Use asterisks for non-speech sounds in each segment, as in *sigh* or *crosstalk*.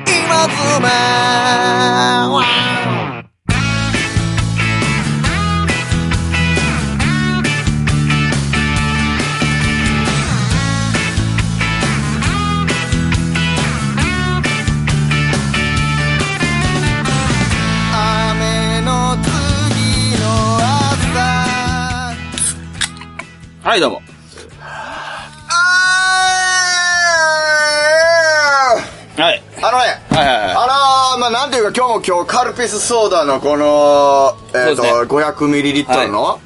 妻は雨の次の朝はい、どうも。あーはい。あのね、はいはいはいあのーまあ、なんていうか今日も今日カルピスソーダのこの、えっ、と、そう 500ml の、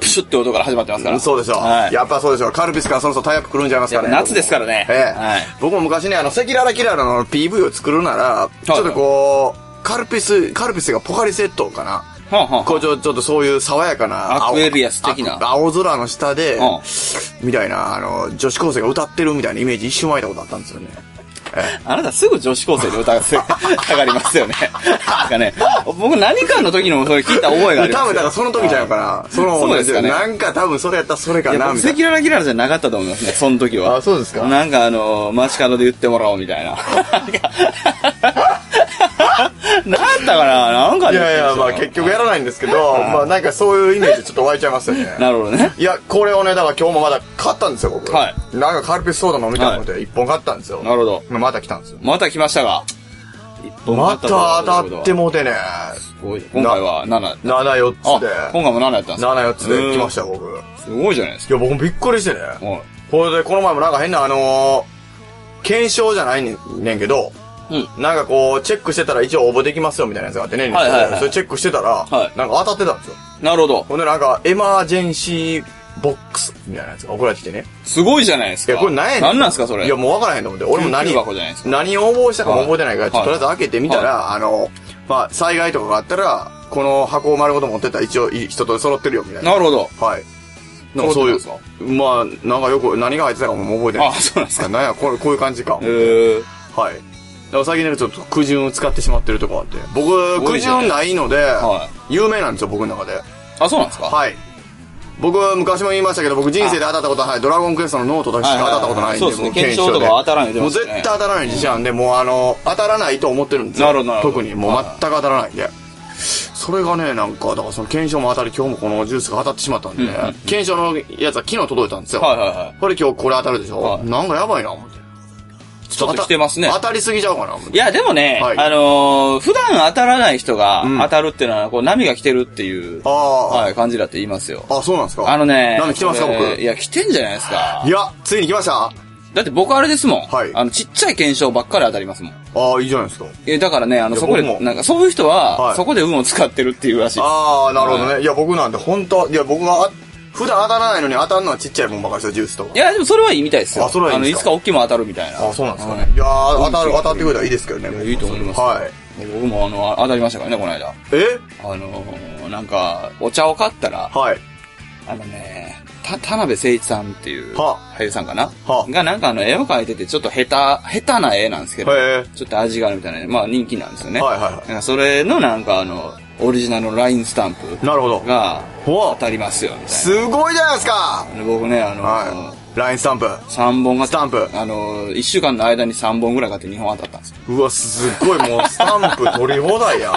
プシュって音から始まってますから。そうですよ、はい。やっぱそうですよ。カルピスからそろそろタイアップくるんじゃいますやかっぱね。夏ですからね。ええはい。僕も昔ね、あの、赤裸々キララの PV を作るなら、ちょっとこう、カルピス、カルピスがポカリセットかな。ほんほんこうちょ、ちょっとそういう爽やかな。アクエリアス的な青青空の下で、うんみたいな、あの、女子高生が歌ってるみたいなイメージ一瞬湧いたことあったんですよね。あなたすぐ女子高生で歌わせ、 *laughs* かかりますよね。なんかね、僕何かの時にもそれ聞いた覚えがありますよ。多分だからその時ちゃうから、その、そうですかねなんか多分それやったらそれかいや、な、僕、み赤たいな。裸々キララじゃなかったと思いますね、その時は。あそうですかなんかあの、街角で言ってもらおうみたいな。 *laughs* なんだったかななんかいねやいや、まあ結局やらないんですけど、まあなんかそういうイメージちょっと湧いちゃいますよね。なるほどね。いや、これをね、だから今日もまだ買ったんですよ、僕。はなんかカルピスソーダ飲みたいので一本買ったんですよ。なるほど。また来たんですよ。また来ましたが。一本ま勝たということは当たってもうてね、すごい。今回は7。あ、 7、4今つで、回も7やったんですか7、4つで来ましたよ、僕。いすごいじゃないですか。や、僕もびっくりしてね。はこれで、この前もなんか変な、あのー検証じゃないねんねんけど、うなんかこう、チェックしてたら一応応募できますよみたいなやつがあってね。はいはいはいそれチェックしてたら、はいなんか当たってたんですよ。い。なるほど。ほんでなんか、エマージェンシーボックスみたいなやつが送られてきてね。すごいじゃないですいか。や、これ何やねん。何なんですか、それ。いや、もう分からへんと思って。俺も何救急箱じゃないです、か何を応募したかも覚えてないから、はいちょっととりあえず開けてみたら、あの、まあ、災害とかがあったら、この箱を丸ごと持ってったら一応い人と揃ってるよみたいな。なるほど。はい。なんかそう揃いっうてたんで、まあ、なんかよく、何が入ってたかも覚えてない。あそうなんですかなんや、これ、こういう感じか。えー、はい。だから最近なんかちょっと苦渋を使ってしまってるとこあって。僕、ご苦いですね渋ないので、は有名なんですよ、僕の中で。あ、そうなんですかはい。僕、昔も言いましたけど、僕人生で当たったことは、はい、ドラゴンクエストのノートだけしか当たったことないんで、もはいはいはいそうですね検証とかは当たらないでもう絶対当たらない自信あるんで、もうあの、当たらないと思ってるんですよ。なるほどなるほど特に、もう全く当たらないんで。それがね、なんか、だからその検証も当たり、今日もこのジュースが当たってしまったんでね、うんうんうん検証のやつは昨日届いたんですよ。はいはいはい。これ今日これ当たるでしょ、はいなんかやばいな、思って。ちょっと来てますね当たりすぎちゃうかな、思っていや、でもね、はいあのー普段当たらない人がうん当たるっていうのは、こう、波が来てるっていう、ああ、はい、感じだって言いますよ。あ、そうなんですかあのね、なんで来てますか、こ僕。れいいや、来てんじゃないですか。や、ついに来ましただって僕あれですもん。はいあの、ちっちゃい検証ばっかり当たりますもん。ああ、いいじゃないですか。え、だからね、あの、いやそこで、僕もなんか、そういう人は、はいそこで運を使ってるっていうらしい。ああ、なるほどね。い、や、僕なんて本当はいや、僕があ、普段当たらないのに当たるのはちっちゃいもんばかりですよ、ジュースとかい。や、でもそれはいいみたいですよ。あそれはいいんの、でいすかつか大きいもん当たるみたいな。あそうなんですかね。、はいやー当たる、うん当たってくれたらいいですけどね。いやいいと思いますはい。い僕もあの、あ当たりましたからね、この間。えあのーなんか、お茶を買ったら、はい。あのね、た、田辺誠一さんっていう、は俳優さんかな、はがなんかあの、絵を描いてて、ちょっと下手、下手な絵なんですけど、へえちょっと味があるみたいなね、まあ人気なんですよね。はいはいはいなんかそれのなんかあの、オリジナルのラインスタンプなるほど。が、ほ当うたりますよ、みたいすごいじゃないですかな。僕ね、あの、はい。ラインスタンプ。 3本が、スタンプあの、1週間の間に3本ぐらい買って2本当たったんですよ。うわ、すっごいもう、スタンプ取り放題や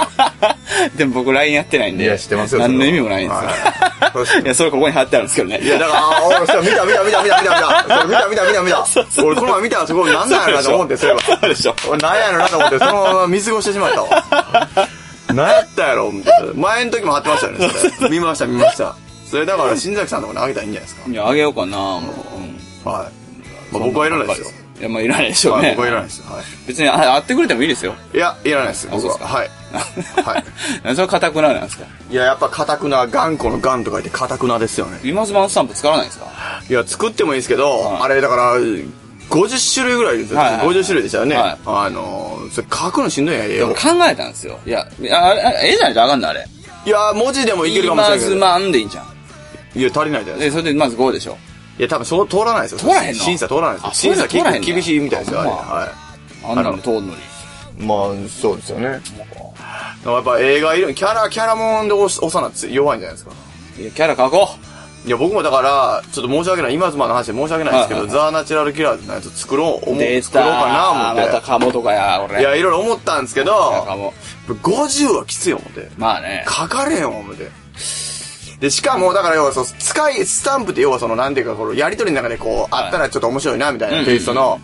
ん。でも僕 LINE やってないんで、いや知ってますよそれは何の意味もないんですよ。はい *laughs* いや、それここに貼ってあるんですけどね。いや、だから、あ俺、そう見た、見た、見た、見た、見た、見た、見た、見た、見た、見た。俺、この前見たらすごい、なんなんやろなと思って、そういえば。そうでしょ。俺なんやろなと思って、そのまま見過ごしてしまったわ。なんやったやろみたいな前の時も貼ってましたよねそれ。見ました、見ました。それだから、新崎さんとかにあげたらいいんじゃないですいや、あげようかな、もう。うんか。はい。まあ、僕はいらないですよ。いや、まあ、いらないでしょうはね。い、僕はいらないですよ。は別に、あ、会ってくれてもいいですよ。い。いや、いらないです。僕そうでは。すかはい。は *laughs* それは固くなるなんですかい。いや、やっぱ、かたくな、頑固の頑と書いて、かたくなですよね。今ズマンスタンプ使わないんですかいや、作ってもいいですけはいど、あれ、だから、50種類ぐらいですよ。はいはいはい50種類でしたよね。はいあのー、それ書くのしんどいやん、絵でもを考えたんですよ。いや、いやあれ、あれ絵じゃないとあかんのあれ。いや、文字でもいけるかもしれな今いけど。ズマンでいいんじゃん。いや、足りないじゃないですかで、それでまず5でしょ。いや、多分そう通らないですよ。通らへんの審査通らないですよ。あそう審いうの査通らへんね結構厳しいみたいですよ、あれ。あまはあんなの通るのに。い。まあ、そうですよね。なんかやっぱ映画いる、キャラ、キャラもんで押さ押さなって弱いんじゃないですか。いや、キャラ描こう。いや、僕もだから、ちょっと申し訳ない、今妻の話で申し訳ないですけはど、いはいザ・ナチュラル・キラーズのやつ作ろう、思出う、た作ろうかな、ま思たっカモとかや、俺。て。いや、いろいろ思ったんですけど、カモ。 50はきつい思って。まあね。書かれへんわ、思って。で、しかも、だから要はそう、使い、スタンプって要はその、なんていうか、この、やりとりの中でこう、はいあったらちょっと面白いな、みたいうんなテイストの、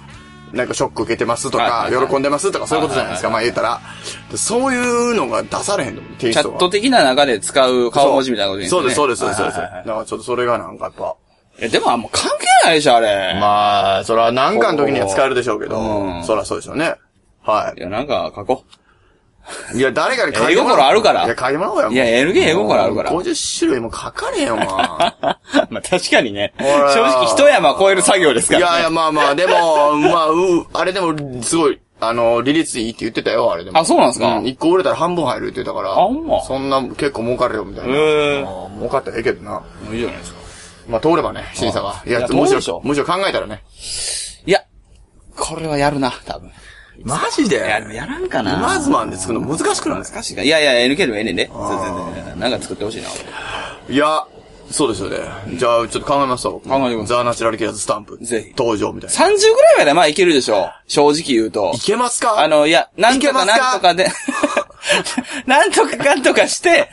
なんかショック受けてますとはかいはいは、い喜んでますとか、そういうことじゃないですか、まはあ言うたら。でそういうのが出されへんと思う、テイチャストッは。ト的な中で使う顔文字みたいなことそうです、そうです、そうです。そうですいだからちょっとそれがなんかやっぱ、や、でもあんま関係ないでしょ、あれ。まあ、それは何かの時には使えるでしょうけどう、んそりゃそうですよね。はいや、なんか書こい。いや、誰かに絵もらおう心あるからいや、書いてもらおうよ。う。いや、LG 英語からあるから。 50種類も書かれへんよ、 *laughs* まあ。 *laughs* まあ確かにね。正れは直一山超える作業ですいからね。やいや、まあまあ、でも、まあ、う、あれでも、すごい、あの、利率いいって言ってたよ、あれでも。あそうなんすか一個売れたら半分入るって言ってたから。ほんまそんな、結構儲かるよ、みたいな。へーあー儲かったらええけどな。もういいじゃないですか。まあ、通ればね、審査が。いいやや、通るむでししょろ、むしろ考えたらね。いや、これはやるな、多分。いマジでや、でもやらんかな。マズマンで作るの難しくないですか難しいか。いやいや、NK でもええねんで。全然全然。なんか作ってほしいな。いや、そうですよね。じゃあ、ちょっと考えますわ。考考えてくださザ・ナチュラル・キラーズ・スタンプ。ぜひ登場みたいな。 30ぐらいまでまあいけるでしょう。正直言うとい。けますかあ、の、いや、なんといけまかすかなんとかで、 *laughs* なんとかかんとかして、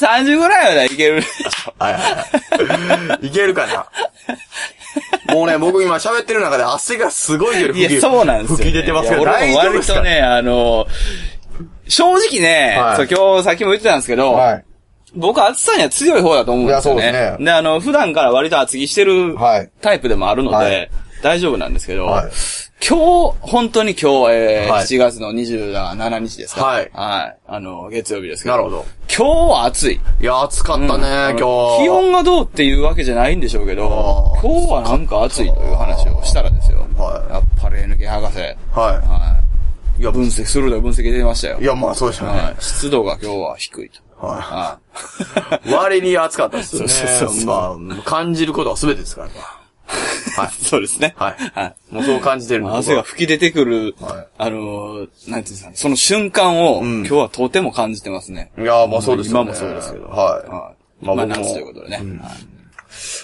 30ぐらいまでいけるでしょ。はいはいはい。いけるかなもうね、僕今喋ってる中で汗がすごいよいや、そうなんですよ、ね。吹き出てますけど、いや俺も大丈夫割ですかとね、あの、正直ね、はいそう今日先も言ってたんですけど、はい。僕暑さには強い方だと思うんですよね。いやそうですねあの、普段から割と厚着してるはいタイプでもあるので、はい大丈夫なんですけど、はい今日、本当に今日、えーはい7月の27日ですかはいはい。あの、月曜日ですけど。なるほど。今日は暑い。いや、暑かったあね、今の日。気温がどうっていうわけじゃないんでしょうけどあ、ー今日はなんか暑いという話をしたらですよ。はいやっぱり NK 博士。ははい。いや、分析、鋭い分析出てましたよ。い。いや、まあそうですよねは。い。湿度が今日は低いと。は。はい *laughs* 割に暑かったですよね。そうそうそうそ。まあ、感じることは全てですからね。はいそうですね。はいはい。もうそう感じてるんで。汗が吹き出てくる、はいあのー、なんていうんですかね、その瞬間を、ん今日はとても感じてますね。いや、まあそうですよ今ね。もそうですけど。はい。まあ、僕も夏ということでね。はい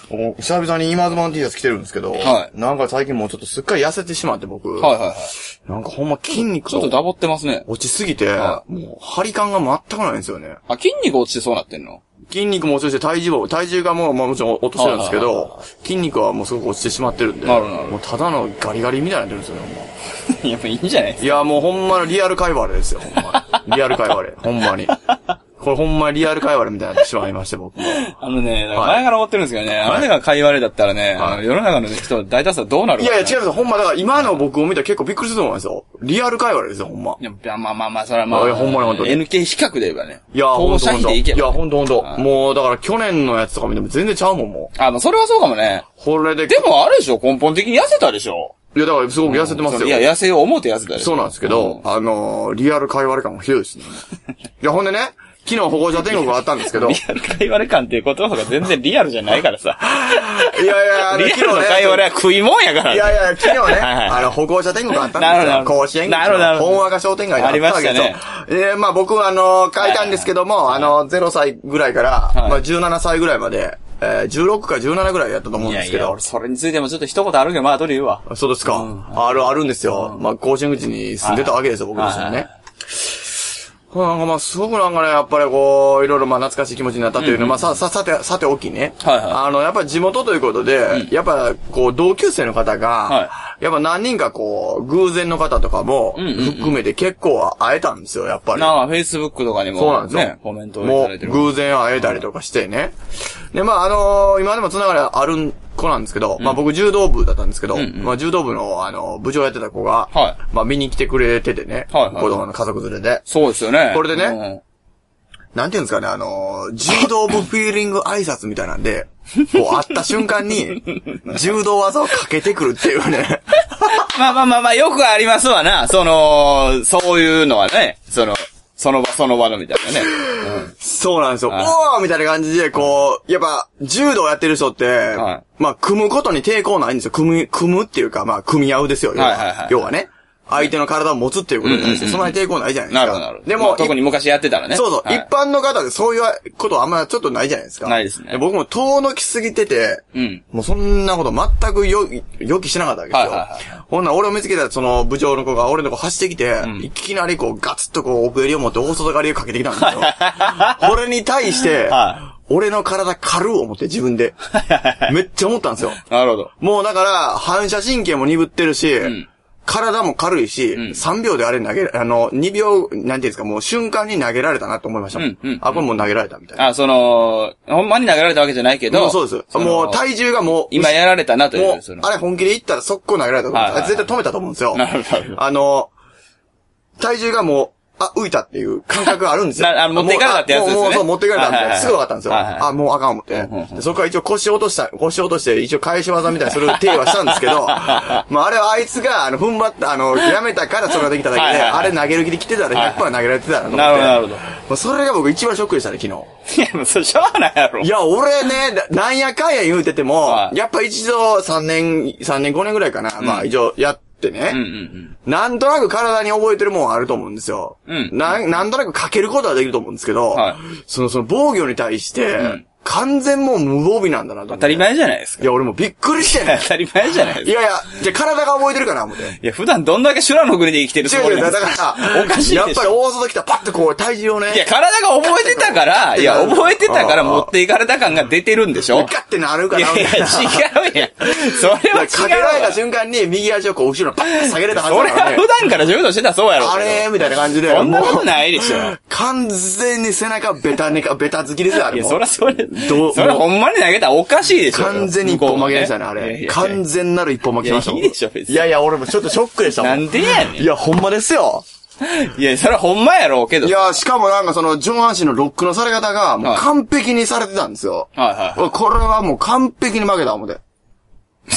もう久々に今ズマン T シャツ着てるんですけど、はいなんか最近もうちょっとすっかり痩せてしまって僕、はいはいはい。なんかほんま筋肉ちょっとがダボってますね。落ちすぎて、はもう張り感が全くないんですよね。あ、筋肉落ちてそうなってんの *laughs* 筋肉も落ちて体重も、体重がもう、まあもちろん落としてるんですけはいはいど、筋肉はもうすごく落ちてしまってるんで、なるほどなるほどもうただのガリガリみたいになってるんですよね、ほんまやっぱいいんじゃないいや、もうほんまのリアルカイワレですよ、ほん *laughs* まに。リアルカイワレ、ほんまに。これほんまリアルカイワレみたいになってしまいまして、僕も。 *laughs* あのね、だからはい前から思ってるんですけどね、いあなたが会話れだったらね、はいあの世の中の人、大多数はどうなるいかなやいや、違うんですよ。ほんま、だから今の僕を見たら結構びっくりすると思うんですよ。リアルカイワレですよ、ほんま。いや、まあまあまあ、それはまあ、いやほんまにほんとに NK 比較で言えばね。いや、ほ放んと射ほん費と。でいいけば。や、ほんとほんとは。いもう、だから去年のやつとか見ても全然ちゃうもん、もう。あ、まあ、それはそうかもね。これで、でもあれでしょ根本的に痩せたでしょいや、だからすごく痩せてますよ。いや、痩せよう思って痩せたでしょそうなんですけど、あのー、リアル会話感もひどいですね。 *laughs* いや、ほんでね、昨日歩行者天国があったんですけど、いリアル会話れ感っていう言葉が全然リアルじゃないからさ。やい *laughs* や、あのリアルの昨会話日れねは食いもんやから。いやいや、昨日ね、はいはいあの、歩行者天国があったんですなるよ。ほど甲子園なるほどなるほど本赤商店街であったわけですよありま。えーまあ僕はあのー、書いたんですけども、あのー、0歳ぐらいから、いまあ17歳ぐらいまで、えー16か17ぐらいやったと思うんいでやすいけや、ど俺、それについてもちょっと一言あるけど、まあ後で言うわ。そうですか。ある、あるんですよ。まあ、甲子園口に住んでたわけですよ、僕はい自身ね。これなんかまあ、すごくなんかね、やっぱりこう、いろいろまあ、懐かしい気持ちになったというのは、まあ、さ、さ、さて、さておきね。はいはいあの、やっぱり地元ということで、やっぱ、こう、同級生の方はが、やっぱ何人かこう、偶然の方とかも、んうんうん含めて結構会えたんですよ、やっぱり。なあ、Facebook とかにも、そうなんですよ。ね、コメントをいもただう、いてるから。偶然会えたりとかしてね。で、まあ、あのー今でもつながりある子なんですけど、まあ僕柔道部だったんですけど、んうんまあ柔道部の、あの、部長やってた子が、はまあ見に来てくれててね、はいはい子供の家族連れで。そうですよね。これでねうんなんていうんですかね、あのー柔道部フィーリング挨拶みたいなんで、こう会った瞬間 *laughs* に、柔道技をかけてくるっていうね。まあまあまあまあ、よくありますわな。その、そういうのはね、その、その場その場のみたいなね。そうなんですよ。おはいーみたいな感じで、こう、やっぱ、柔道やってる人って、はまあ、組むことに抵抗ないんですよ。組む、組むっていうか、まあ、組み合うですよ。要は,、はいはいはい要はね。相手の体を持つっていうことに対して、そんなに抵抗ないじゃないですなか。るほど、なるほど。でまもあ、特に昔やってたらね。そうそう、はい一般の方でそういうことはあんまちょっとないじゃないですか。ないですね僕も遠のきすぎてて、うん。もうそんなこと全くよ、予期しなかったわけですよ。はいはいほんなら俺を見つけたその部長の子が俺の子走ってきて、んいきなりこうガツッとこう奥襟を持って大外刈りをかけてきたんで *laughs* すよ。俺に対しては、俺の体軽う思って自分で。めっちゃ思ったんですよ。なるほど。もうだから、反射神経も鈍ってるし、ん体も軽いし、ん3秒であれ投げ、あの、2秒、なんていうんですか、もう瞬間に投げられたなと思いましたもん。うんうんあ、これもう投げられたみたいな。あ、その、ほんまに投げられたわけじゃないけもど。うそうです。のもう体重がもう、今やられたなという。も、そうのあれ本気で行ったら速攻投げられたと思うんですはいはいあ絶対止めたと思うんですよ。なるほどあの、体重がもう、あ、浮いたっていう感覚があるんですよ。 *laughs* なあの持っていかれたってやつですよもう、ねもうそう、持っていかれたんはいはいはで、いすぐ分かったんですよ。はいはいあ、もうあかん思ってうんうんうん。でそこから一応腰落とした、腰落として、一応返し技みたいにする手はしたんですけ *laughs* ど、まああれはあいつが、あの、踏ん張った、あの、やめたからそれができただけはいで、はいはあいれ投げる気で来てたら100%投げられてたなと思って。なるほどなるほどもうそれが僕一番ショックでしたね、昨日。いや、もうそれしゃあないやろい。や、俺ね、ななんやかんや言うてても、はいやっぱ一度3年、3年5年ぐらいかな。まあ、一応やってね。うんうんなんとなく体に覚えてるもんあると思うんですよ。うんなん、なんとなくかけることはできると思うんですけど、はいその、その防御に対して、ん完全もう無防備なんだなと思当ってたり前じゃないですか。いや、俺もうびっくりして *laughs* ね当。たり前じゃないいですか。やいや、じゃあ体が覚えてるかな、 *laughs* 思って。いや、普段どんだけ修羅の国で生きてるつ違もう違う、りなんだですかか。ら、おかしいでしやょっ。ぱり大外来たらパッとこう体重をね、いや、体が覚えてたから、いや、覚えてたから持っていかれた感が出てるんでしょガッてなるかいな、やみいたいや、な。違うやん。それは違うわ。かけられた瞬間に右足をこう後ろにパッと下げれたはずそれだからはね普。段から柔道してたらそうやろうあけど。れーみたいな感じで。そんなこともうないでしょ。完全に背中ベタネか、ベタ好きですよ、あいれや、も。そりゃそれ、どうそれほんまに投げたらおかしいでしょ。完全に一本負けでしたね、あ向こうもいやいれ。や完全なる一本負けしましたもん。いやいいでしょ別にいやいや、俺もちょっとショックでしたも。なんんでやねいや、ほんまですよ。ん。いや、それはほんまやろうけど。いはいや、しかもなんかその上半身のロックのされ方が、もうはい完璧にされてたんですよ。はいはい。俺これはもう完璧に負けた、思って。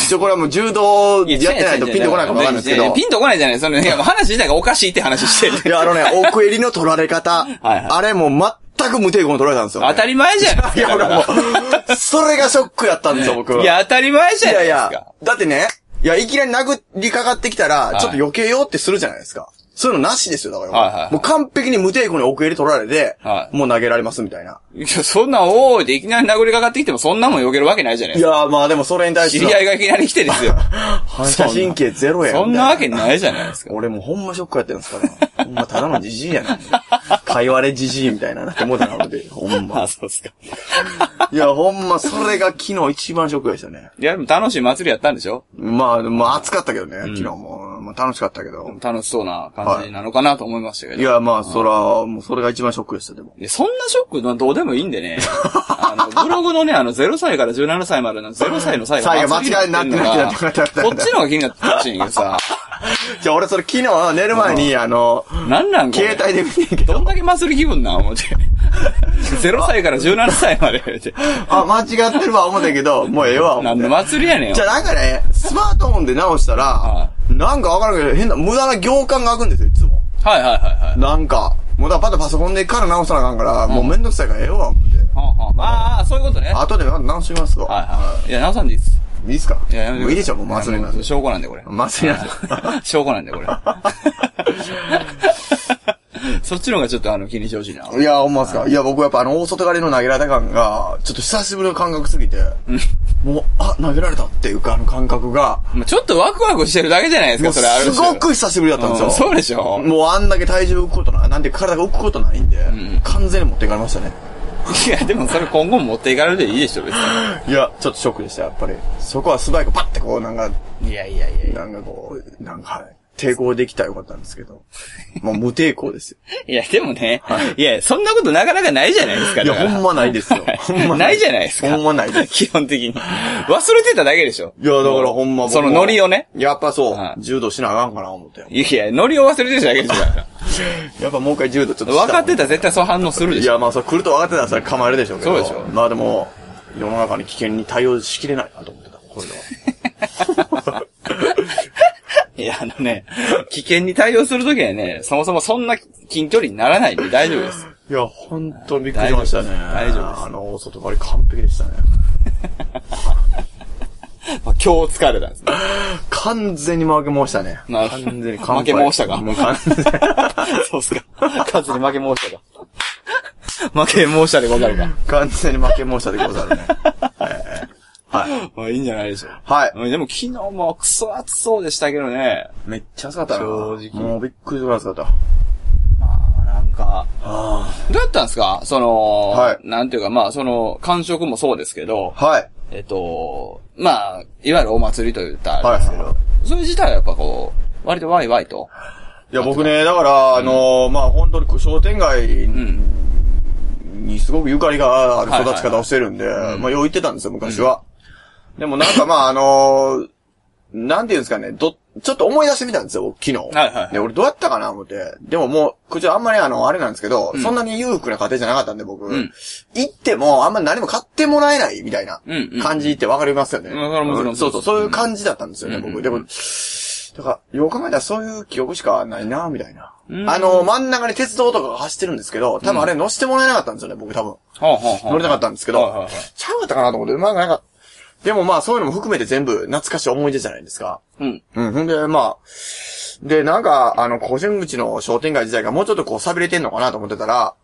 ちょ、これはもう柔道やってないとピンとこないかもわかんないですけややど。ピンとこないじゃない。その、いや、もう話自体がおかしいって話している。や、あのね、奥襟の取られ方。はいあれもう全く無抵抗に取られたんですよ、ね。当たり前じゃないいですや、か。俺もう、それがショックやったんですよ、僕。いや、当たり前じゃいなやいいですやか。、だってね、いや、いきなり殴りかかってきたら、いちょっと避けようってするじゃないですか。そういうのなしですよ、だから。はいはいはいもう完璧に無抵抗に奥襟取られて、はいもう投げられますみたいな。いや、そんなん、おーいでいきなり殴りかかってきても、そんなもん避けるわけないじゃないいですか。やー、まあでもそれに対し知てりの合いがいきなり来てですよ。反射神経ゼロやそんなわけない。ないじゃないですか。俺もうほんまショックやってるんですから。ほんまただのじじいやな。会話でじじいみたいななって思うたな、俺 *laughs* で。ほん *laughs* ま。あ、そうですか。いや、ほんま、それが昨日一番ショックでしたね。いや、でも楽しい祭りやったんでしょまあ、まあ暑かったけどね、昨日も。まあ楽しかったけど。楽しそうな感じなのかなと思いましたけど。いや、まあ、そら、もうそれが一番ショックでした、でも。いやそんなショックのどうでもいいんでね。あの、ブログのね、あの、0歳から17歳までの0歳の歳歳がが間違いなくなってなってなってなってなってこっちの方が気になってほしいんや *laughs* けどさ。じゃあ、俺それ昨日寝る前に、あの、なんなんこれ携帯で見てんけどんど、だけ祭り気分なん思って。0歳から17歳 *laughs* まで言うて。あ、間違ってるわ、思ったけど、もうええわ、思なんっのて。祭りやねんよじゃ。あ、なんかね、スマートフォンで直したらは、なんかわからんけど、変な、無駄な行間が開くんですよ、いつも。はいはいはいはい。なんか、もうだからパッとパソコンでから直さなあかんから、もうめんどくさいからええわ、思って。はんはんああ、そういうことね。はい後で直しますわ。はい。いや、直さんでいいっす。い。いいっすかいや、やめてくださもういいでしょ、もう祭りなんいやもうで。証拠なんで、これ。祭りなんで。 *laughs* 証拠なんで、これ。そっちの方がちょっとあの気にしてほしいな。いや、思いますか。いや、僕やっぱあの、大外刈りの投げられた感が、ちょっと久しぶりの感覚すぎて、もう、あ、投げられたっていうか、あの感覚が、まあちょっとワクワクしてるだけじゃないですもか、うそれあるす種ごく久しぶりだったんですうよ。んそうでしょもうあんだけ体重浮くことない、なんて体が浮くことないんで、完全に持っていかれましたね。いや、でもそれ今後も持っていかれるでいいでしょ、別 *laughs* いや、ちょっとショックでした、やっぱり。そこは素早くパッてこう、なんか、に。いやいやいやいや。なんかこう、なんか、はい抵抗できたらよかったんですけど、もう無抵抗ですよ。いや、でもね、いや、そんなことなかなかないじゃないですか、いや、だからほんまない *laughs* ですよ。ほんまないじゃないですかほんまないです。基本的に。忘れてただけでしょ。いや、だからほんま僕もそのノリをね。やっぱそう、はい柔道しなあかんかな思って。いやいや、ノリを忘れてた *laughs* だけでしょだから。やっぱもう一回柔道ちょっとした分かってたら絶対そう反応するでいしょ。や、まあそう、来ると分かってたらそれ構えるでしょうけど。そうでしょまあでも、世の中に危険に対応しきれないなと思ってた、こういうのは。 *laughs* いや、あのね、危険に対応するときはね、そもそもそんな近距離にならないんで大丈 *laughs* 夫です。いや、本当にびっくりしましたね。大丈夫ですあの、外張り完璧でしたね。まあ、今日疲れたんですね。 *laughs* 完全に負け申したね。なるほ完ど全に負け申したかもう完全にそうっすか。数に負け申したか。負け申したでござるか。完全に負け申したでござるね。まあいいんじゃないでしょうか。はい。うんでも昨日もクソ暑そうでしたけどね。めっちゃ暑かったな。正直もうびっくりするぐらい暑かった。まあなんか、はどうやったんですかその、はいなんていうかまあその、感触もそうですけど、はい。えっと、まあ、いわゆるお祭りと言ったらあれですけど、はいはそれ自体はやっぱこう、割とワイワイと。いや、僕ね、だから、あのー、まあ、本当に商店街うん。にすごくゆかりがある育ち方をしてるんで、うんまあ、よう言ってたんですよ、昔は。でもなん *laughs* かまあ、あのー、なんていうんですかね、ど、ちょっと思い出してみたんですよ、僕昨日。はいはいはいで、俺どうやったかな、思って。でももう、こちらあんまりあの、あれなんですけど、そんなに裕福な家庭じゃなかったんで、僕。ん行っても、あんまり何も買ってもらえない、みたいなうんうん感じってわかりますよね。わかるもちろんうんそうそう、そういう感じだったんですよね、うん僕。でも、だから、よく考えたらそういう記憶しかないな、みたいな。うんあの、真ん中に鉄道とかが走ってるんですけど、多分あれ乗せてもらえなかったんですよね、僕多分。はあはあはあ乗れなかったんですけはいはいはどい、ちゃうかったかなと思って、まあなんか、でもまあそういうのも含めて全部懐かしい思い出じゃないですか。うん。うん、ほんで、まあ、で、なんか、あの、古春口の商店街自体がもうちょっとこう、寂れてんのかなと思ってたら、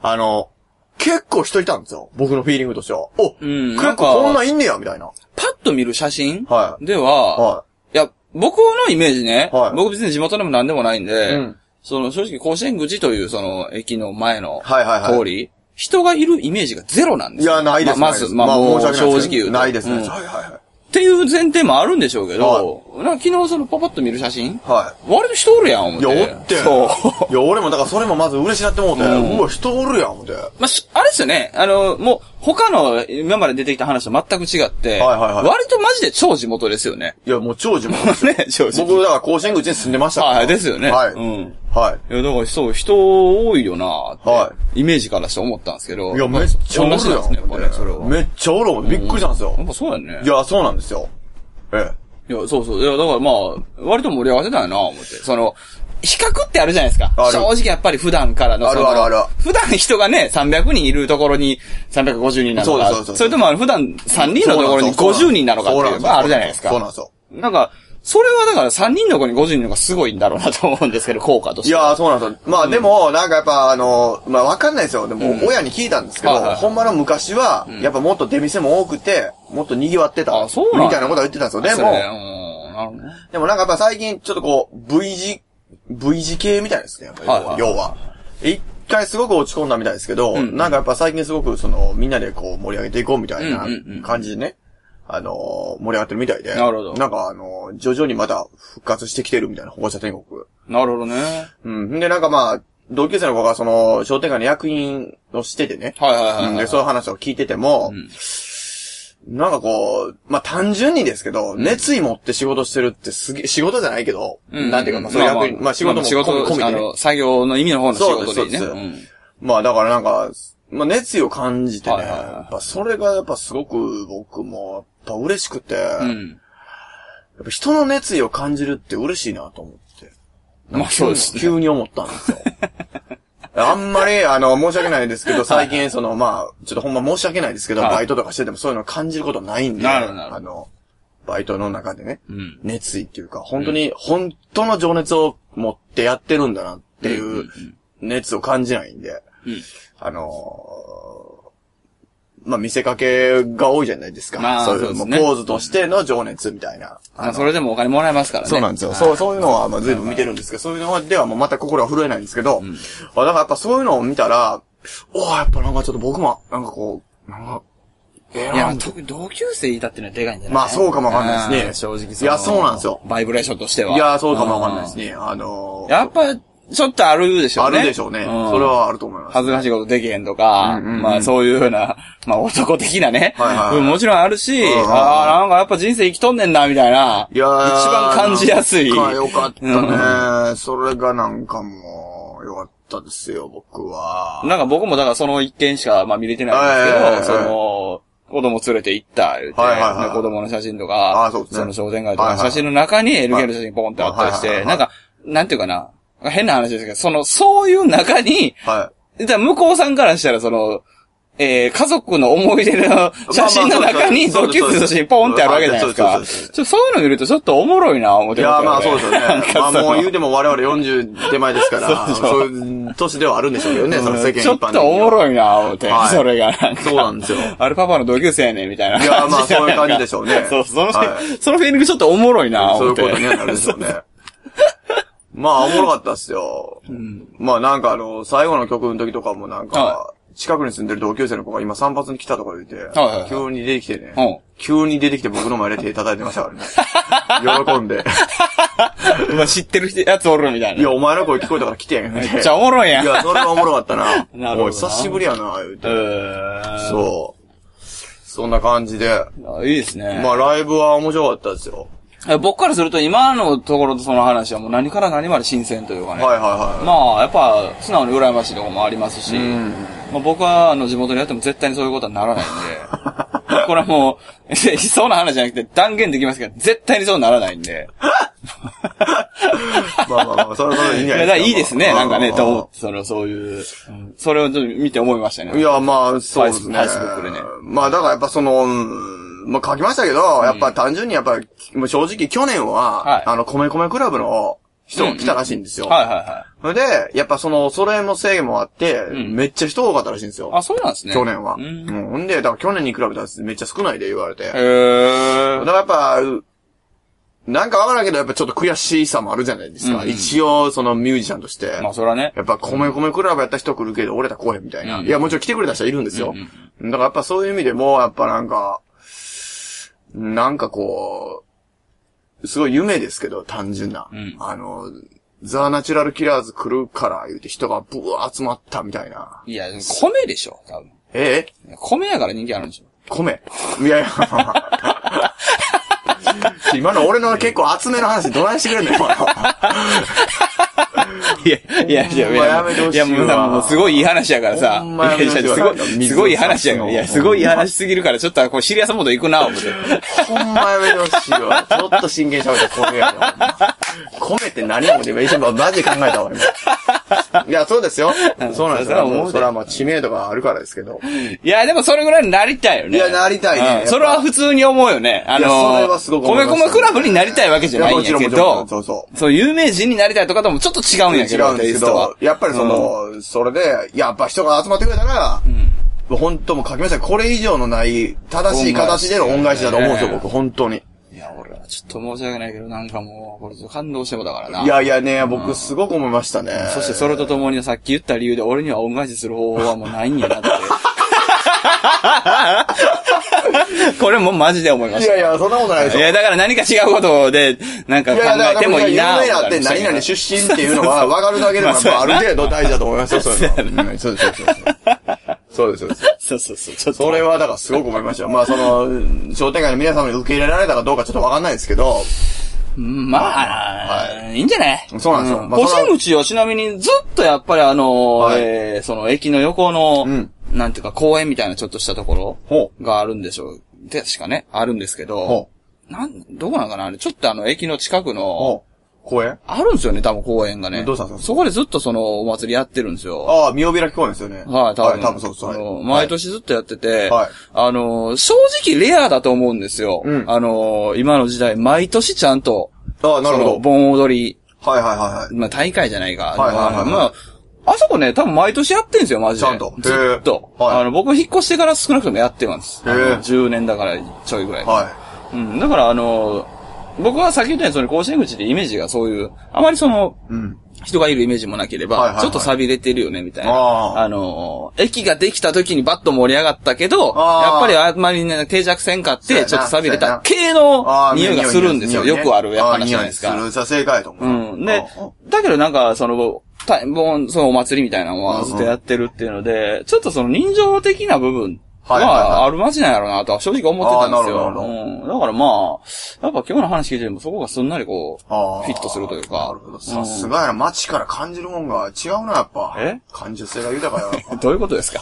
あの、結構人いたんですよ。僕のフィーリングとしては。お、うん結構こんなんいんねや、みたいな。パッと見る写真はいでは、、はいや、僕のイメージね、はい僕別に地元でも何でもないんで、うんその正直甲子園口というその駅の前の通り、はいはいはい人がいるイメージがゼロなんい。いですよや、ないです。まあまないですず、まあ、もう申し訳ないで正直す言うと。ないですね。うんはいはいはい。っていう前提もあるんでしょうけど、なんか昨日そのパパッと見る写真、はい。割と人おるやん、思っいて。や、おってん。そう。 *laughs* いや、俺も、だからそれもまず嬉しなって思うて、うんうわ、人おるやん、思って。まあ、しあれですよね。あの、もう、他の今まで出てきた話と全く違って、はいはいはい割とマジで超地元ですよね。いや、もう超自慢 *laughs* です *laughs* よ。ね、正直。僕、だから甲子園口に住んでましたから。はい、ですよね。はい。うん。はいや、だからそう、人多いよなって、はイメージからして思ったんですけど。い。いや、めっちゃおる同やんじなんですね、やっぱね、それは。めっちゃおる、びっくりしたんですよやっ。ぱそうやね。いや、そうなんですよ。えいや、そうそう。いや、だからまあ、割と盛り上がってたんやな、思って。その、比較ってあるじゃないですか。ある正直やっぱり普段からのあるそのあるあるある普段人がね、300人いるところに350人なのか。そうそうそうそうれともあの普段3え。人のところに50人なのかってそういなうんのがあるじゃないですか。そうなんですよ。なんか、それはだから3人の子に50人の方がすごいんだろうなと思うんですけど、効果としいては。やー、そうなんですよ。まあ、でも、なんかやっぱ、あの、まあ、わかんないですよ。でも、親に聞いたんですけどはいはい、ほんまの昔は、やっぱもっと出店も多くて、もっと賑わってた。あそうなんやみたいなことは言ってたんですよ。でそうも、ねうんなるほどね。でもなんかやっぱ最近ちょっとこう、V 字、V 字系みたいですね、やっぱり、はいはい要は。一回すごく落ち込んだみたいですけど、んなんかやっぱ最近すごくその、みんなでこう盛り上げていこうみたいなうんうんうん感じでね、あのー盛り上がってるみたいで。なるほどなんかあのー徐々にまた復活してきてるみたいな、保護者天国。なるほどね。うん。で、なんかまあ、同級生の子がその、商店街の役員をしててね、はいはいはいはい、うんで、そういう話を聞いてても、んなんかこう、まあ、単純にですけど、熱意持って仕事してるってすげえ、仕事じゃないけど、なんていうか、まあ、そういう役に、まあ、仕事も仕事込みあで、ね。の、作業の意味の方の仕事でね。そうですそううんまあ、だからなんか、まあ、熱意を感じてね、はいはいはいやっぱそれがやっぱすごく僕も、やっぱ嬉しくて、うやっん。ぱ人の熱意を感じるって嬉しいなと思って。まあそうですね。急に思ったんですよ。 *laughs* あんまり、あの、申し訳ないですけど、最近、その、まあ、ちょっとほんま申し訳ないですけど、はいバイトとかしててもそういうの感じることないんで、なるほどなるほあの、バイトの中でね、うん。熱意っていうか、本当に、本当の情熱を持ってやってるんだなっていう熱を感じないんで、うんあのーまあ、見せかけが多いじゃないですか。まあそういそうう、ですもうねポーズとしての情熱みたいな。まあそれでもお金もらえますからね。そうなんですよ。はいそう、そういうのは、まあ、随分見てるんですけど、そういうのでは、もうまた心は震えないんですけど、あだからやっぱそういうのを見たら、おーやっぱなんかちょっと僕も、なんかこう、なんか、ええいなや、みたい特に同級生いたっていうのはでかいんじゃないまあそうかもわかんないですねうん正直いやそうなんですよバイブレーションとしては。ないや、そうかもわかんないですね。ね。あのーやっぱ、ちょっとあるでしょあうね。るでしょうね。んそれ。はあると思います。恥ずかしいことできへんとか、うんうんうんまあそういうふうな、まあ男的なね、はいはいはいうんもちろんあるし、んうんああ、なんかやっぱ人生生きとんねんな、みたいな、いやー一番感じやすい。なんかよかっうんたね。それがなんかもう、よかったですよ、僕は。なんか僕もだからその一件しか、まあ見れてないんですけはいど、はいはいその、子供連れて行った、言うて、はいはいはい子供の写真とあーか、そうですねの商店街とかの写真の中に LK の写真ポンってあったりしはいはて、いなんか、なんていうかな、変な話ですけど、その、そういう中に、はだから向こうさんからしたらその、えー、家族の思い出の写真の中にまあまあそうそうドキュッと写真ポンってあるわけじゃないそですうかそうそうそう。ちょそういうの見るとちょっとおもろいな、思っていや、まあそうですよねなんか。まあそのもう言うても我々40手前ですから、 *laughs* そうそうそういう年ではあるんでしょうけどね、その世間一般的ちょっとおもい。ろいな、思って、はいそれがなんか。そうなんですよ *laughs* あれパパの同級生やねん、みたいな感いじ。やまあそういう感じでしょうね *laughs* そう、その、はいそのフィーリングちょっとおもろいな、そうい思っうて。ことにはなるんでしょう *laughs* ね。まあ、おもろかったっすよ。まあなんかあの、最後の曲の時とかもなんはか、近くに住んでる同級生の子が今散髪に来たとか言っていはいは、い急に出てきてうんね、急に出てきて僕の前で手叩いてました *laughs* からね。喜んで。うわ知ってる人やつおるみたいいや、な。お前の声聞こえたから来てん。めめっちゃおもろいやん。いや、それはおもろかったな。なるほどなおい久しぶりやな、言うて。うそう。そんな感じで。ーん。いいですね。まあ、ライブは面白かったですよ。僕からすると今のところとその話はもう何から何まで新鮮というかはね。いはいはまあ、やっぱ、素直に羨ましいところもありますし、んまあ、僕は、あの、地元にやっても絶対にそういうことはならないん *laughs* で、これはもう、 *laughs* 悲壮な話じゃなくて断言できますけど、絶対にそうならないんで。い。まあまあまあ、それはそれでいいんいじゃや、なだいですか。からいいですね、なんかね、まあまあまあと、その、そういう、うんそれをちょっと見て思いましたいね。や、まあ、そうですね。フェイスブックでねまあ、だからやっぱその、うんまあ書きましたけど、やっぱ単純にやっぱ、もう正直去年は、はいあの、米米クラブの人が来たらしいんですよ。はいはいはい。それで、やっぱその、それも制限もあって、んめっちゃ人多かったらしいんですよ。あ、そうなんですね。去年は。うう。んん。ほんで、だから去年に比べたらめっちゃ少ないで言われて。へーだからやっぱ、うなんかわからんけど、やっぱちょっと悔しさもあるじゃないですか。うんうん一応、そのミュージシャンとして。まあ、それはね。やっぱ、米米クラブやった人来るけど、俺ら来へんみたいな。うんいや、もちろん来てくれた人はいるんですよ。だからやっぱそういう意味でも、やっぱなんか、なんかこう、すごい夢ですけど、単純な。んあの、ザ・ナチュラル・キラーズ来るから言うて人がブワー集まったみたいな。いや、米でしょ、多分。ええ米やから人気あるんでしょ。米い *laughs* やいや、まあまあ今の俺の結構厚めの話どないしてくれんのよ、今のいや、いや、いや、いほんまやめてや、ほしいいわや、もうさ、もうすごいいい話やからさ。ほんまやいめやてほしいわすごい、すごいいい話やから。いや、すごいいい話すぎるから、ちょっと、こう、シリアスモード行くな、思って。ほんまやめてほしいわ。ちょっと真剣に喋って米やでほんま米って何やもんね。今一瞬マジで考えたわ、今。いや、そうですよ。そうなんですそれはよ。思うでもうそれはまあ知名度があるからですけど。いや、でもそれぐらいになりたいよね。いやなりたいねうんやっぱそれは普通に思うよね。あのいやそー、れはすごく思米いました米クラブになりたいわけじゃないんやいけやもちろんもちろどん、そうそそう、有名人になりたいとかともちょっと違うんやけ違ど、うんですテイけストはど、やっぱりそ、の、それで、やっぱ人が集まってくれたら、もう本当もう書きましたよこれ以上のない、正しい形での恩返しだと思うんですよ、恩返し僕、本当に。うんいや、俺はちょっと申し訳ないけど、なんかもう、これちょっと感動してもだからな。いやいやね、僕すごく思いましたね。そしてそれとともにさっき言った理由で俺には恩返しする方法はもうないんや *laughs* なって。これもうマジで思いまいした。やいや、そんなことないでしいょ。や、だから何か違うことで、なんかい考やいや、えだてかもら、いいな有名なって何々出身っていうのは分かるだけでも、まあそうやなある程度大事だと思いますよ、そういうの。うんそうです、そうです。そうです、そうです。そうそうそう。ちょっそれはだからすごく思いましたよ。まあその、商店街の皆様に受け入れられたかどうかちょっとわかんないですけど、まあ、い、いんじゃないそうなんですよまあんそれは星口をちなみにずっとやっぱりあの、はいえーその駅の横の、うんなんていうか公園みたいなちょっとしたところほがあるんでしょう。確かね、あるんですけどほ、なん、どこなんかなあれ、ちょっとあの駅の近くの、お公園あるんですよね、多分公園がね。どうしたんですかそこでずっとそのお祭りやってるんですよ。ああ、見開き公園ですよね。はい、多分。多分そうです。あのはい毎年ずっとやってて、はいあの、正直レアだと思うんですよ。うんあの、今の時代、毎年ちゃんと、ああ、なるほそのど。盆踊り、はいはいはいはい。まあ大会じゃないか。はいはいはいまあ、あそこね、多分毎年やってんですよ、マジで。ちゃんとずっと。へーはいあの、僕引っ越してから少なくともやってます。へーあの10年だからちょいぐらい。はうん、だからあの、僕は先ほど言ったように、その甲子園口でイメージがそういう、あまりその、い。うん。人がいるイメージもなければ、はいはいはいちょっと錆びれてるよね、みたいな。あああのー、駅ができた時にバッと盛り上がったけど、ああやっぱりあんまりね、定着せんかっそうやて、なちょっと錆びれそうやたな系のああ匂いがするんですよ。匂よいねくあるやっぱああ話じゃないです匂か。する。じゃあ正解やと思う。うん。でああ、だけどなんか、その、たもう、そのお祭りみたいなのはずっとやってるっていうので、ちょっとその人情的な部分はいはいはいはある街なんやろうなとは正直思ってたんですああなるほどなよ。うん。だからまあ、やっぱ今日の話聞いてもそこがすんなりこう、フああィットするというか。なるほど。さすがやな。街から感じるもんが違うな、やっぱ。え感受性が豊か *laughs* やな。どういうことですか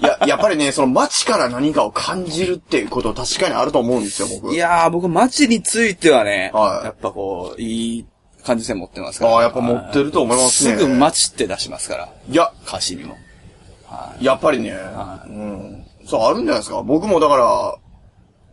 いや、やっぱりね、その街から何かを感じるっていうこと確かにあると思うんですよ、僕。いやー、僕、街についてはね、はいやっぱこう、いい感じ性持ってますから。ああ、やっぱ持ってると思いますすね。ぐ街って出しますから、いや、歌詞にも。やっぱりね、うん。そう、あるんじゃないですか。僕もだから、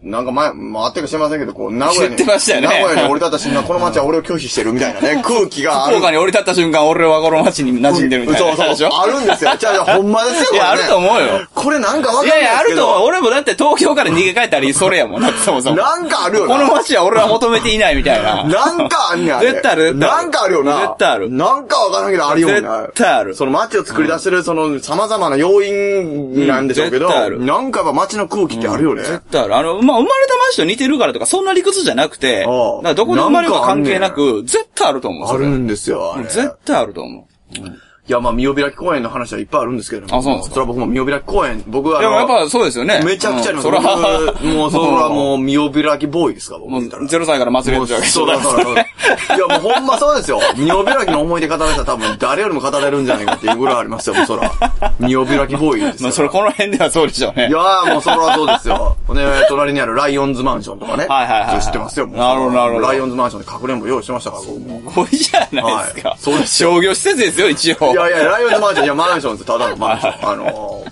なんか前、まあ、あってか知りませんけど、こう、名古屋に。知ってましたよね名古屋に降り立った瞬 *laughs* 間、この街は俺を拒否してるみたいなね、空気があ福る。岡に降り立った瞬間、俺はこの街に馴染んでるみたいな。そうでしそうょ。あるんですよ。じゃあ、ほんまですよ、これ、いね。や、あると思うよ。これなんかわかんいないやいでや、あすけると思う。ど。俺もだって東京から逃げ帰ったり、それ *laughs* やもん。だってそもそも。なんかあるよこな。の街は俺は求めていないみたいな。なんかあんねん、あれ。絶対ある絶対あるなんかあるよな。絶対あるなんかわからんけど、あるよな。絶対あるその街を作り出してる、その、様々な要因なんでしょうけど、うん絶対あるなんかやっぱ街の空気ってあるよね。絶対ある。あの、まあ、生まれた街と似てるからとか、そんな理屈じゃなくて、だああからどこに生まれるか関係なく、絶対あると思う。あそれるんですよ、あれ。絶対あると思う。うんいや、まあ、見開き公園の話はいっぱいあるんですけどもあそうなんですかそれは僕も見開き公園、僕はあでの、もやっぱそうですよね。めちゃくちゃあります。 *laughs* うんそれは僕、もう、それはもう、見開きボーイですか、僕もう、言ったら。 0歳から祭りもやうってたそうわけそうそうそう。いや、もうほんまそうですよ。見開きの思い出語られたら多分誰よりも語れるんじゃないかっていうぐらいありますよ、もうそら。見開きボーイです *laughs* よまあ、それこの辺ではそうでしょうね。いやーもうそれはそうです *laughs* よ。ね、隣にあるライオンズマンションとかね。はいはいはいはい知ってますよ、もうなるほどなるほどライオンズマンションでかくれんぼ用意してましたから、僕も。すごいじゃないですか。はいそうです商業施設ですよ、一応。いやいや、ライオンズマンション、いや、マンションですよ、ただのマンション。あの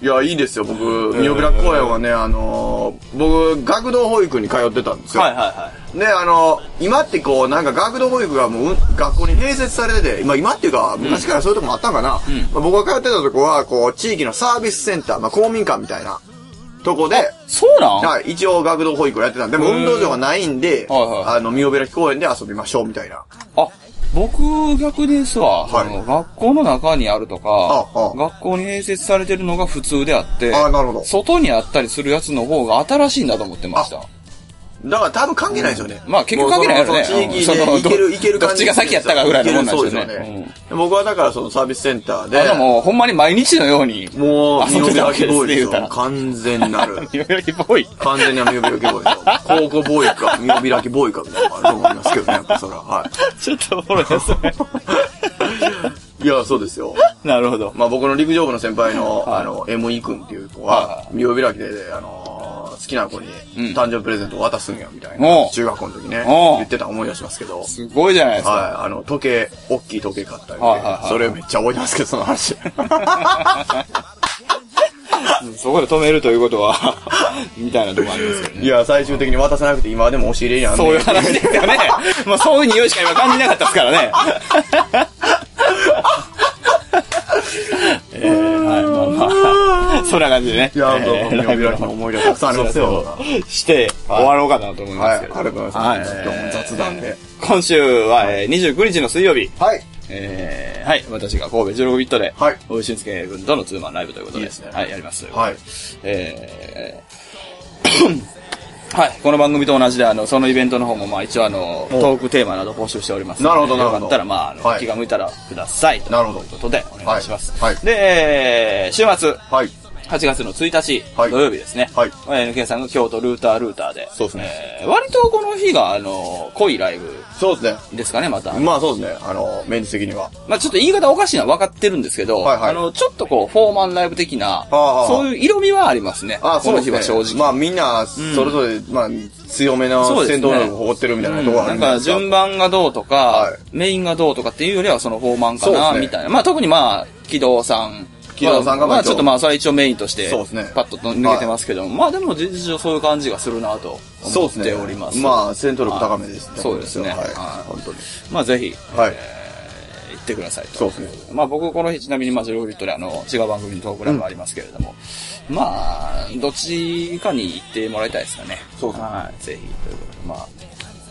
ー、いや、いいですよ、僕、三浦公園はね、あのー、僕、学童保育に通ってたんですよ。はいはいはい。ね、あの、今ってこう、なんか学童保育がもう、うん学校に併設されてて、今、今っていうか、昔からそういうとこもあったんかな。まあ、僕が通ってたとこは、こう、地域のサービスセンター、まあ、公民館みたいな、とこで、そうなんはい、一応学童保育をやってたんで、でもへー運動場がないんで、はいはいあの、三尾開き公園で遊びましょう、みたいな。あ、僕逆ですわ。はいその学校の中にあるとか、あ学校に併設されてるのが普通であって、あなるほど外にあったりするやつの方が新しいんだと思ってました。だから多分関係ないですよね。まあ結局関係ないよねもうその地域うんそでの行けどる、行ける感じどっちが先やったかぐらいのもんなんですよね行けるそうで僕はだからそのサービスセンターあでで、もうほんまに毎日のように、もう、遊んでたわ三尾開きけですねボーイです言うたよ。ら完全なる。よりボーイ。完全には見開きボーイですよ。高校ボーイか、見開きボーイかみたいなのがあると思いますけどね、やっぱそれは。はちょっとおもろいですね。い。いや、そうですよ。 *laughs* なるほど。まあ僕の陸上部の先輩の、あの、ME 君っていう子はは、見開きで、あのー、好きな子に誕生日プレゼントを渡すんや、みたいおな。う中学校の時ね、おう言ってた思い出しますけど。すごいじゃないですか。はい、あの、時計、大きい時計買ったりはいはいはいそれめっちゃ覚えてますけど、その話。そこで止めるということは、 *laughs* みたいなとこありますけどね。いや、最終的に渡さなくて今でも押し入れにあんねんそういう話です *laughs* よね。まあそういう匂いしか今感じなかったですからね。えー、はい、まあまあ、そんな感じでね。いや、えもう、見ーライブ開きの思い出たくさんありますよ。はして終わろうかなと思いい、まあすけりど。がとうございます。はいちょっともう雑談で。今週は、えー、29日の水曜日、はい。えー、はい、私が神戸16ビットで、はい大石俊介君とのツーマンライブということで、いいですねはい、やります。はい。えー *coughs* はい。この番組と同じで、あの、そのイベントの方も、まあ、一応、あの、おトークテーマなど募集しておりますのなで。るほどなるほどよかったら、まあ、あのはい気が向いたらください。なるほどということで、お願いします。はいはいで、えー週末、はい。 8月の1日、はい土曜日ですね。はい NK さんが京都ルータールーターで。そうですねえー割とこの日が、あの、濃いライブそうですね。ですかね、また。まあそうですね。あの、メンツ的には。まあちょっと言い方おかしいのは分かってるんですけど、はいはいあの、ちょっとこう、フォーマンライブ的な、ああそういう色味はありますね。あ、そうこでの日すはね。正直。まあみんな、それぞれ、まあ、強めなそうです戦ね闘能力を誇ってるみたいなところがあなるんじゃいかです順番がどうとか、はいメインがどうとかっていうよりはそのフォーマンかそうな、ですねみたいな。まあ特にまあ、軌道さん。軌道さんがまあ、ままああちょっとまあそれは一応メインとしてそうですね、パッと抜けてますけども、まあでも実情そういう感じがするなとそう思でっすてね。おります。まあ、戦闘力高めです。そうですねはいはい。本当に。まあぜひ、はい。えー行ってくださいと。そうですね。まあ僕この日ちなみにまあジロフィットであの違う番組のトークライブありますけれども、まあ、どっちかに行ってもらいたいですかね。そうですねはい。ぜひ、ということで、まあ、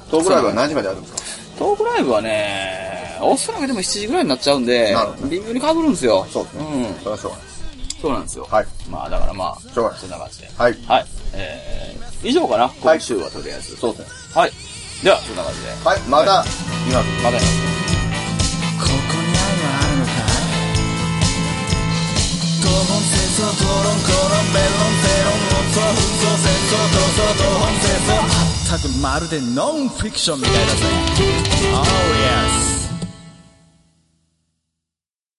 トークライブは何時までやるんですかトークライブはね、おそらくでも7時ぐらいになっちゃうんでなるほ、ど微妙に被るんですよ。そうですね。それはしょうがないです。うん。そうなんですよ。はい。まあだからまあ、しょうがないそんな感じで。はい。はい。えー、以上かな今週はとりあえず。そうですね。はい。では、そんな感じで。はい、また、今、またね。ここに愛はあるのかドボン戦争ドロンコロンベロンベロン音不動戦争どうぞドボン戦争まったくまるでノンフィクションみたいだぜ Oh yeah